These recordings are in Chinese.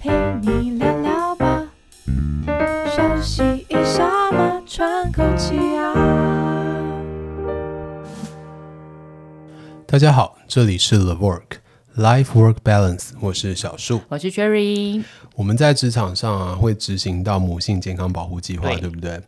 陪你聊聊吧，休息一下嘛，喘口气啊。大家好，这里是 The Work Life Work Balance，我是小树。我是 Cherry，我们在职场上啊，会执行到母性健康保护计划，对对不对？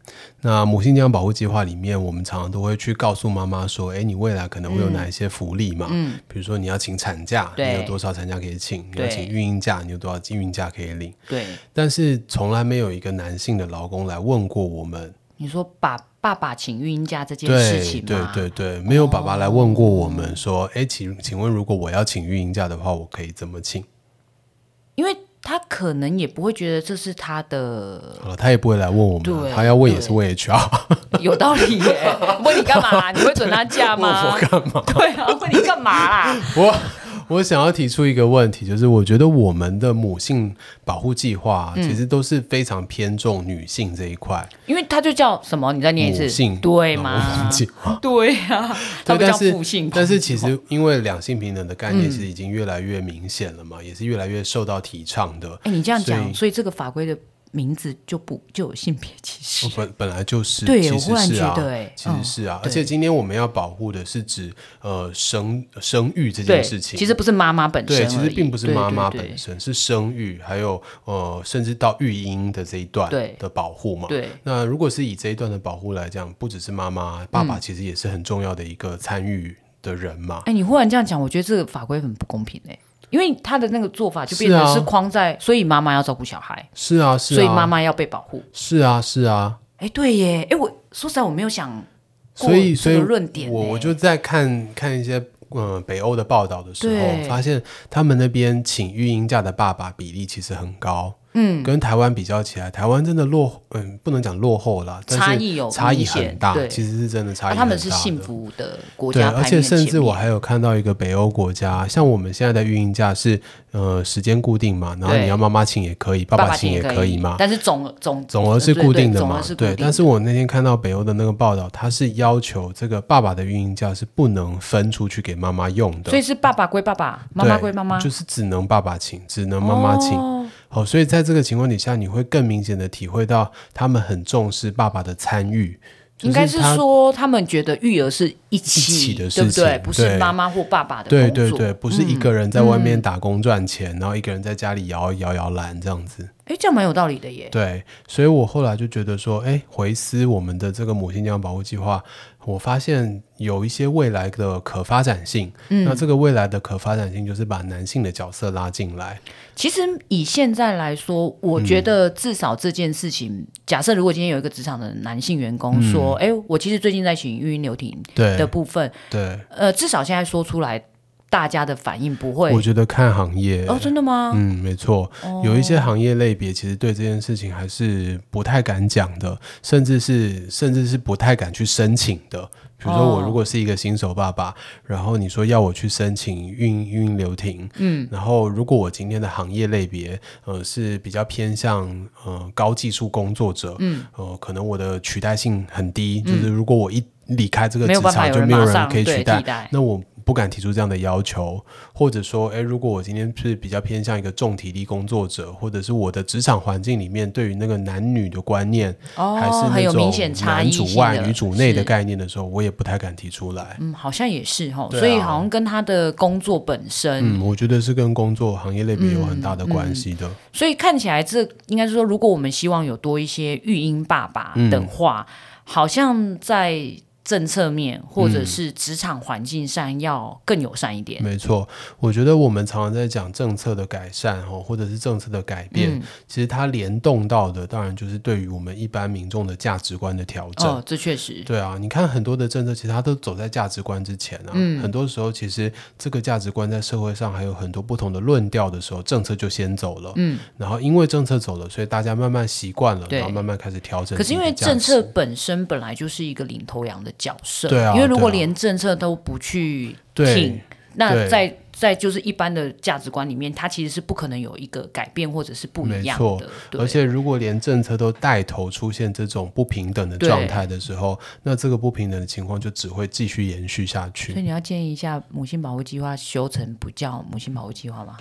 那母性健康保护计划里面，我们常常都会去告诉妈妈说：“哎，你未来可能会有哪一些福利嘛？嗯，比如说你要请产假，你对有多少产假可以请？你要对请孕婴假，你有多少孕婴假可以领？”对，但是从来没有一个男性的劳工来问过我们，你说把爸爸请孕假这件事对情哦对吗？对对，没有爸爸来问过我们说：“哎，请请问，如果我要请孕婴假的话，我可以怎么请？”因为他可能也不会觉得这是他的， 好了，他也不会来问我们啊，对他要问也对是问 HR，有道理耶。 问你干嘛啦？你会准他假吗？我干嘛？ 对啊，问你干嘛啦？我 我想要提出一个问题，就是我觉得我们的母性保护计划、啊嗯其实都是非常偏重女性这一块，因为他就叫什么？你再念一次母，性对保吗护？计划。对啊， 他对，不叫但是父性，但是其实因为两性平等的概念其实嗯已经越来越明显了嘛，也是越来越受到提倡的。哎，你这样所以讲，所以这个法规的名字就不就有性别歧视我。哦本本来就是，对其我实忽然是啊，觉得欸其实是啊，嗯而且今天我们要保护的是指呃生生育这对，件事情，其实不是妈妈本身而对，已，其实并不是妈妈对对本身，是生育，还有呃，甚至到育婴的这一段对的保护嘛。对那如果是以这一段的保护来讲，不只是妈妈，爸嗯爸其实也是很重要的一个参与的人嘛。哎，你忽然这样讲，我觉得这个法规很不公平哎、因为他的那个做法就变是啊成是框在，所以妈妈要照顾小孩，是啊，是啊，所以妈妈要被保护。是啊，是啊。哎，对耶，哎，我说实在我没有想过所以，所这以个论点、我我哎就在看看一些嗯、呃北欧的报道的时候，对发现他们那边请育婴假的爸爸比例其实很高。嗯，跟台湾比较起来，台湾真的落，嗯，不能讲落后啦，但是差异有差异明显很大，对其实是真的差异啊很大的、他们是幸福的国对，家排而名且很前面，甚至我还有看到一个北欧国家，像我们现在的育婴假是呃时间固定嘛，然后对你要妈妈请也可以，爸爸爸请也可以嘛。但是总总呃总额是固定的总嘛额是，固对。定的但是我那天看到北欧的那个报道，他是要求这个爸爸的育婴假是不能分出去给妈妈用的，所以是爸爸归爸爸，妈妈对归妈妈，就是只能爸爸请，只能妈妈请。哦好，所以在这个情况底下，你会更明显的体会到他们很重视爸爸的参与，就应该是是他说他们觉得育儿是一起一起的对不事对情？不对是妈妈或爸爸的对工对作。嗯对，不是一个人在外面打工赚钱，然后一个人在家里摇摇摇篮这样子。哎，这样蛮有道理的耶。对，所以我后来就觉得说，哎，回思我们的这个母亲健康保护计划，我发现有一些未来的可发展性。嗯那这个未来的可发展性就是把男性的角色拉进来。其实以现在来说，我觉嗯得至少这件事情，假设如果今天有一个职场的男性员工说：“嗯哎、我其实最近在请育婴留停的对部分，对，呃，至少现在说出来，大家的反应不会我觉得看行业。哦，真的吗？嗯，没错，有一些行业类别其实对这件事情还是不太敢讲的，甚至是甚至是不太敢去申请的。比如说，我哦如果是一个新手爸爸，然后你说要我去申请运运流停，嗯，然后如果我今天的行业类别，呃，是比较偏向呃高技术工作者，嗯，呃，可能我的取代性很低，就是如果我一离开这个嗯没职有办法场，有就人没有马人上可以对取代替代，那我不敢提出这样的要求，或者说，诶，如果我今天是比较偏向一个重体力工作者，或者是我的职场环境里面对于那个男女的观念，哦还是很那有明种显差男异主性外的女主内的是概念的时候，我也不太敢提出来。嗯，好像也是哈、对啊所以好像跟他的工作本身，嗯，我觉得是跟工作行业类别有很大的关系的。所以看起来这应该是说，如果我们希望有多一些育婴爸爸嗯的话，好像在政策面或者是职场环境上要更友善一点。没错，我觉得我们常常在讲政策的改善哦，或者是政策的改变，嗯其实它联动到的当然就是对于我们一般民众的价值观的调整。哦，这确实，对啊，你看很多的政策，其实它都走在价值观之前啊。嗯很多时候，其实这个价值观在社会上还有很多不同的论调的时候，政策就先走了。嗯，然后因为政策走了，所以大家慢慢习惯了，对然后慢慢开始调整可自己是因的价值。为政策本身本来就是一个领头羊的角色，对啊因为如对果啊连政策都不去对挺，那对在在就是一般的价值观里面，它其实是不可能有一个改变或者是不一样没错的。对而且，如果连政策都带头出现这种不平等的对状态的时候，那这个不平等的情况就只会继续延续下所以去。你要建议一下母性保护计划修成不叫母性保护计划吗？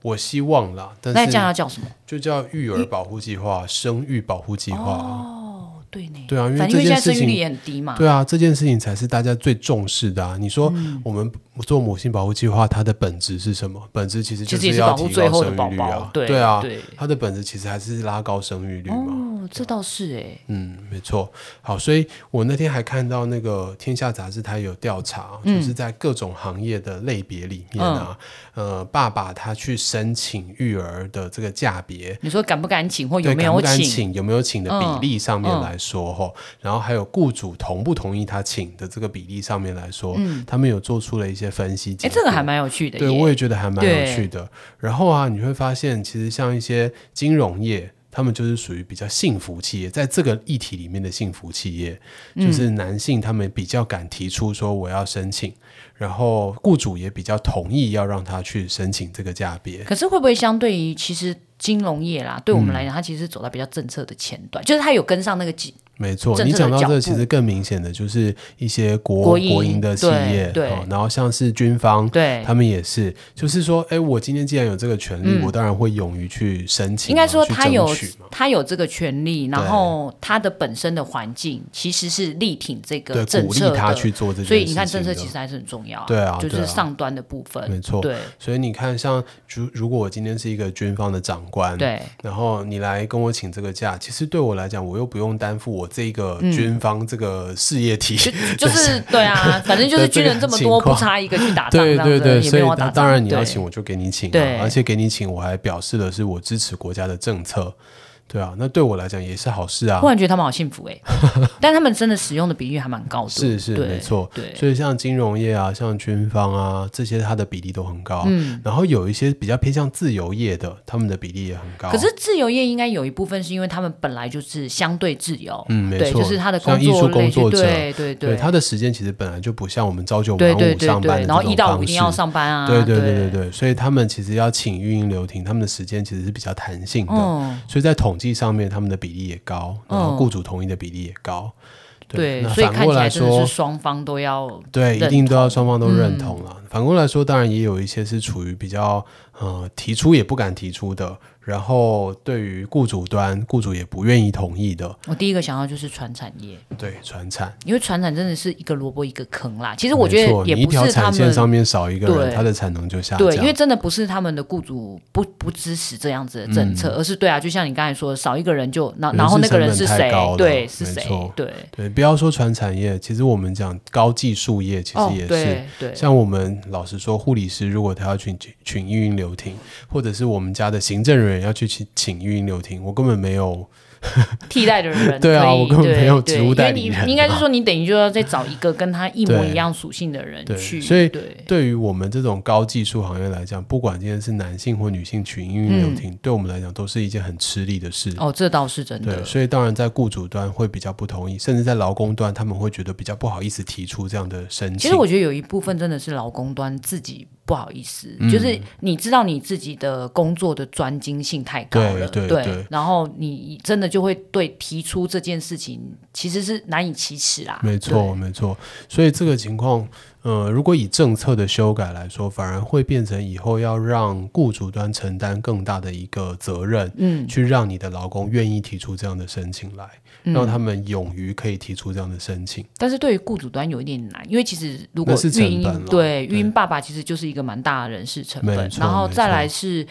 我希望啦，但那这样要是叫什么？就叫育儿保护计划、生育保护计划啊。哦，对呢，对啊，因为反正这因件为现在事生育率情也很低嘛。对啊，这件事情才是大家最重视的啊！你说嗯我们做母性保护计划，它的本质是什么？本质其实其就实也是要保护提最高后的生宝育率宝啊，，对啊，对，它的本质其实还是拉高生育率嘛。哦，这倒是哎，嗯，没错。好，所以我那天还看到那个《天下》杂志，它有调查，嗯就是在各种行业的类别里面啊，嗯呃，爸爸他去申请育儿的这个价别，你说敢不敢请或对哦有没敢不有敢请？有没有请的嗯比例上面来说吼，然后还有雇主同不同意他请的这个比例上面来说，他们有做出了一些分析结哎，果。嗯这个还蛮有趣的耶。对，我也觉得还蛮有对趣的。然后啊，你会发现，其实像一些金融业，他们就是属于比较幸福企业，在这个议题里面的幸福企业，嗯就是男性他们比较敢提出说我要申请，然后雇主也比较同意要让他去申请这个价别。可是会不会相对于其实金融业啦，对我嗯们来讲，它其实走在比较政策的前端，就是它有跟上那个几没错，政你策的讲到这脚个，其步实更明显的就是一些国国营营的企对业，对哦然后像是军方。对他，们也是，就是说，哎，我今天既然有这个权利，嗯我当然会勇于去申请嘛，应该说去它争有取嘛它有这个权利，对然后它的本身的环境其实是力挺这个对，政鼓励策的，他去做这件事情的。所以你看政策其实还是很重要、啊，对啊就是对啊上端的部分，没错。对所以你看，像如如果我今天是一个军方的长官，，对然后你来跟我请这个假，其实对我来讲，我又不用担负我这个军方这个事业体。 就嗯就是对啊，反正就是对这军个人这么情多，不况差一个去打仗， 对啊这对样子对，也所没以有要当打仗当然你要对请，我就给你请、啊，对而且给你请，我还表示的是我支持国家的政策，对啊，那对我来讲也是好事啊忽。然觉得他们好 幸福哎、但他们真的使用的比例还蛮高的，是是对没错对，所以像金融业啊，像军方啊，这些它的比例都很高。嗯然后有一些比较偏向自由业的，他们的比例也很高。可是自由业应该有一部分是因为他们本来就是相对自由，嗯，没对，错，就是他的像工艺术作工类作型，者，对对对他的时间其实本来就不像我们朝九晚对对五对上班对，的然后这一种到五方一式定要上班啊，对对对对对对，所以他们其实要请运营留停，他们的时间其实是比较弹性的，嗯，所以在统计上面他们的比例也高，然后嗯雇主同意的比例也高。对那，所以反看过起来来真说的是，双方都要对，一认定都要同嗯双方都认同了。反过来说，当然也有一些是处于比较呃提出也不敢提出的，然后对于雇主端，雇主也不愿意同意的，我第一个想到就是传产业，对，传产。因为传产真的是一个萝卜一个坑啦。其实我觉没错得也你一不条是他产线上们面少一个人，对它的产能就下降。对，因为真的不是他们的雇主不不支持这样子的政策，而是对啊，就像你刚才说，的，少一个人就那嗯人然后事那个成人本是太谁高了？对，是没谁错？对，对，不要说传产业，其实我们讲高技术业，其哦实也是。对对，像我们老实说，护理师如果他要请请育婴留停，或者是我们家的行政人员要去请请育婴留停，我根本没有替代的 人对啊可以我根本对没有对职务代理因为人你你应该啊是说你等于就要再找一个跟他一模对一样属性的人对去，所以对对于我们这种高技术行业来讲，不管今天是男性或女性请育婴留停，对我们来讲都是一件很吃力的事。嗯哦，这倒是真对，的，所以当然在雇主端会比较不同意，甚至在劳工端他们会觉得比较不好意思提出这样的申请。其实我觉得有一部分真的是劳工端自己不好意思，嗯就是你知道你自己的工作的专精性太高了，对对对然后你真的就会对提出这件事情其实是难以启齿啦。没错，啊对，没错。所以这个情况，呃，如果以政策的修改来说，反而会变成以后要让雇主端承担更大的一个责任，嗯，去让你的劳工愿意提出这样的申请来，让他们勇于可以提出这样的申请。但是对于雇主端有一点难，因为其实如果那是成育婴本啦对对育婴爸爸其实就是一个蛮大的人事成没本，错然后再没错来是。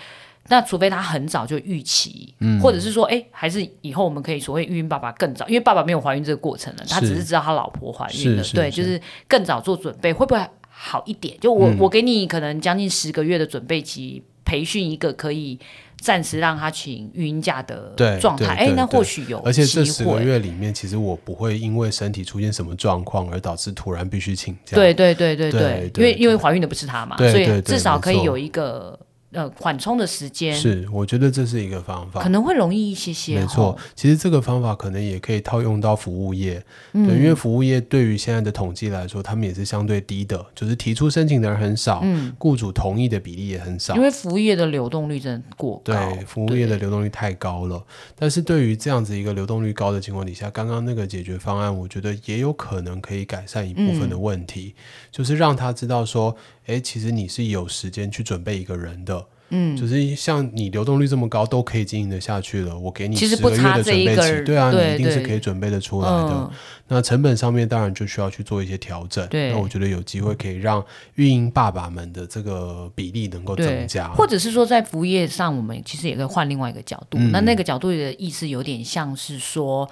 那除非他很早就预期，嗯或者是说，哎、还是以后我们可以所谓育婴爸爸更早，因为爸爸没有怀孕这个过程啊了，他是只是知道他老婆怀孕了，是是对，是就是更早做准备，会不会好一点？就我、嗯我给你可能将近十个月的准备期，培训一个可以暂时让他请育婴假的对状态，对哎、对那对或许有而且这机十个会月里面，其实我不会因为身体出现什么状况而导致突然必须请假。对对对对对对，因对为因为怀孕的不是她嘛，对所对以对至少可没以错有一个呃缓冲的时间，是，我觉得这是一个方法可。能会容易一些些。哦没错，，其实这个方法可能也可以套用到服务业，嗯对，因为服务业对于现在的统计来说，他们也是相对低的，就是提出申请的人很少，雇主同意的比例也很少嗯因。为服务业的流动率真的过高，啊对，服务对业的流动率太高了。但是对于这样子一个流动率高的情况底下，刚刚那个解决方案，我觉得也有可能可以改善一部嗯分的问题，就是让他知道说，诶，其实你是有时间去准备一个人的。嗯，就是像你流动率这么高，都可以经营得下去了，我给你其十实不个月差的这准一备个期，人对啊，你对一定是对可以准备得出来的。嗯，那成本上面当然就需要去做一些调整。对那我觉得有机会可以让运营爸爸们的这个比例能够增对加，，或者是说在服务业上，我们其实也可以换另外一个角度。嗯那那个角度的意思有点像是说，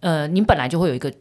呃，你本来就会有一个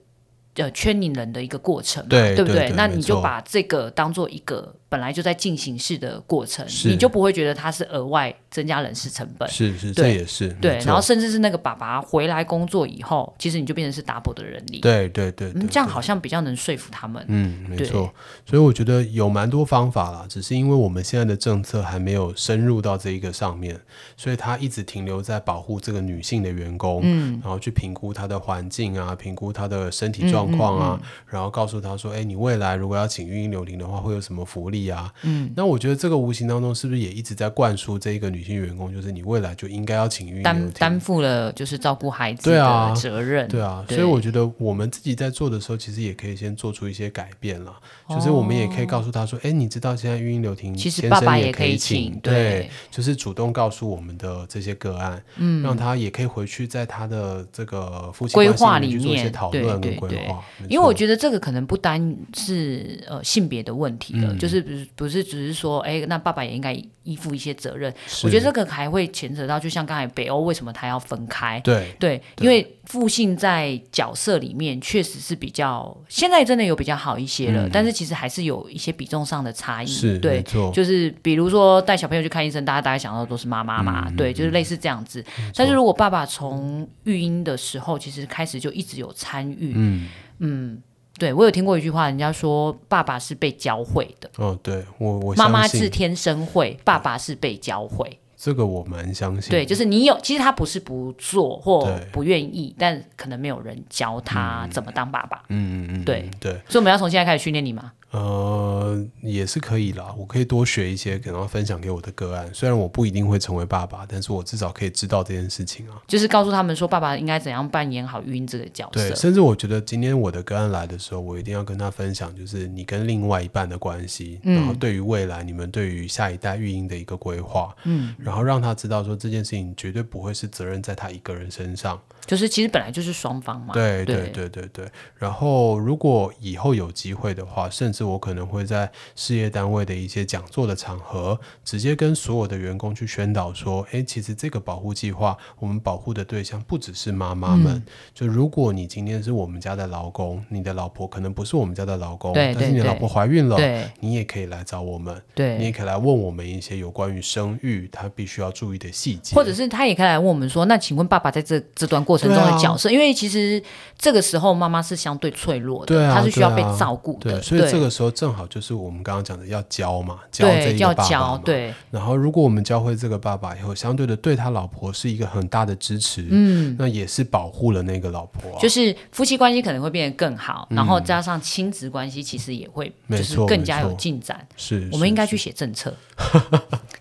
呃圈领人的一个过程嘛，对不对对那没你就错把这个当做一个本来就在进行式的过程，是你就不会觉得它是额外增加人事成本。是是，对这也是对没，错然后甚至是那个爸爸回来工作以后，其实你就变成是 double 的人力，对对对对嗯，这样对好像比较能说服他们。嗯，没对错，所以我觉得有蛮多方法啦，只是因为我们现在的政策还没有深入到这一个上面，所以它一直停留在保护这个女性的员工，嗯，然后去评估她的环境啊，评估她的身体状况啊，然后告诉她说，哎，你未来如果要请育婴留龄的话，会有什么福利啊？嗯，那我觉得这个无形当中是不是也一直在灌输这一个女性员工，就是你未来就应该要请育婴留担担龄？负了就是照顾孩子对啊的责任，对啊，所以我觉得我们自己在做的时候，其实也可以先做出一些改变啦。就是我们也可以告诉他说，哎、你知道现在育婴留停，哦其实先爸生爸也可可以请，请对，对就是主动告诉我们的这些个案，嗯，让他也可以回去在他的这个夫妻规关系划里面里去做一些面讨对论跟对规对划，因为我得觉得这个可能不单是呃性别的问题了，嗯就是不是不是只是说，哎，那爸爸也应该依附一些责任。我觉得这个还会牵扯到，就像刚才北欧为什么他要分开？对对，对因为父性在角色里面确实是比较，现在真的有比较好一些了，嗯但是其实还是有一些比重上的差异。是没嗯对，错，就是比如说带小朋友去看医生，大家大概想到的都是妈妈嘛，嗯对，就是类似这样子。但是如果爸爸从育婴的时候，其实开始就一直有参与，嗯嗯，对我有听过一句话，人家说爸爸是被教会的，哦，对我我妈妈相是信天生会，爸爸是被教会。这个我蛮相信的，对，就是你有，其实他不是不做或对不愿意，但可能没有人教他怎么当爸爸，嗯嗯嗯，对嗯对，所以我们要从现在开始训练你嘛。呃，也是可以啦，我可以多学一些，可能要分享给我的个案，虽然我不一定会成为爸爸，但是我至少可以知道这件事情啊。就是告诉他们说，爸爸应该怎样扮演好育婴这个角对，色。甚至我觉得今天我的个案来的时候，我一定要跟他分享，就是你跟另外一半的关系，然后对于未来你们对于下一代育婴的一个规划，嗯，然后让他知道说这件事情绝对不会是责任在他一个人身上，就是其实本来就是双方嘛。对对对对对对。然后如果以后有机会的话，甚至我可能会在事业单位的一些讲座的场合，直接跟所有的员工去宣导说，诶，其实这个保护计划，我们保护的对象不只是妈妈们，嗯就如果你今天是我们家的劳工，你的老婆可能不是我们家的劳工，对但对是你的对老婆怀孕了。对你也可以来找我们，对，你也可以来问我们一些有关于生育他必须要注意的细节，或者是他也可以来问我们说，那请问爸爸在这这段过程中对的啊角色，因为其实这个时候妈妈是相对脆弱的，对啊她是需要被对啊照顾的，对，所以这个时候正好就是我们刚刚讲的要教嘛，教这对一要个爸爸教嘛。对然后如果我们教会这个爸爸以后，相对的对他老婆是一个很大的支持，嗯，那也是保护了那个老婆、啊，就是夫妻关系可能会变得更好，然后加上亲子关系其实也会嗯没就是错更没加有错进展。是我们应该去写政 策，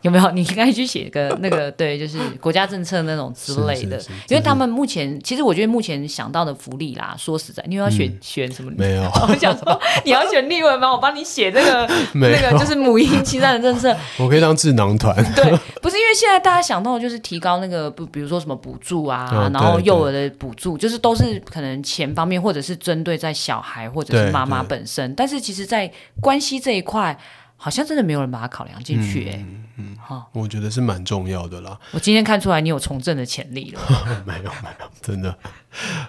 有没有？你应该去写个那个对，就是国家政策那种之类的是是是，因为他们目前其实我觉得目前想到的福利啦，说实在，你有要选、嗯选什么？ 没有我想说你要选立委吗？我帮你写这个 没有那个就是母婴亲善的政策。我可以当智囊团， 对，不是因为现在大家想到的就是提高那个不，比如说什么补助啊，嗯对然后幼儿的补助，就是都是可能钱方面，或者是针对在小孩或者是对妈妈对本身，但是其实在关系这一块，好像真的没有人把它考量进去、嗯欸。我觉得是蛮重要的啦。我今天看出来你有从政的潜力 了。没有没有， 真的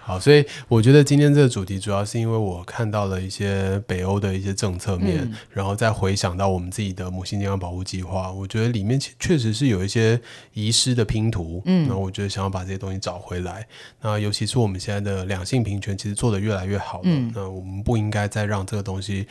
好，所以我觉得今天这个主题主要是因为我看到了一些北欧的一些政策面，嗯然后再回想到我们自己的母性健康保护计划，我觉得里面其确实是有一些遗失的拼图，嗯，那我觉得想要把这些东西找回来。那尤其是我们现在的两性平权，其实做得越来越好了，嗯那我们不应该再让这个东西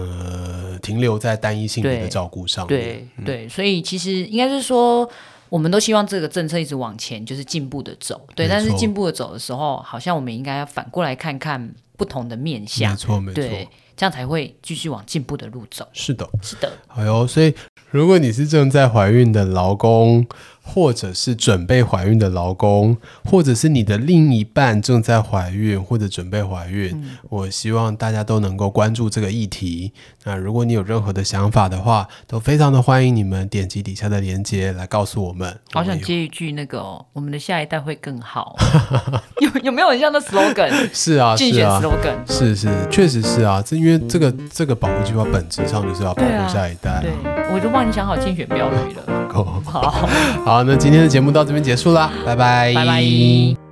呃停留在单一性别的对照顾上面，对对，所以其实应该是说。我们都希望这个政策一直往前，就是进步的走，对。没但是错进步的走的时候，好像我们应该要反过来看看不同的面没向，错没错，对，这样才会继续往进步的路走。是的。是的，好哟，所以如果你是正在怀孕的劳工，或者是准备怀孕的劳工，或者是你的另一半正在怀孕或者准备怀孕，嗯我希望大家都能够关注这个议题。那如果你有任何的想法的话，都非常的欢迎你们点击底下的链接来告诉我们。好我想们也接一句那个、哦，我们的下一代会更好。哦 有有没有很像那 slogan？是啊，竞是选啊。 slogan？、是是，确实是啊，这因为这个这个保护计划本质上就是要保对啊护下一代、 对，我就帮你想好竞选标语了。够好，哎好，那今天的节目到这边结束啦，拜拜，拜拜。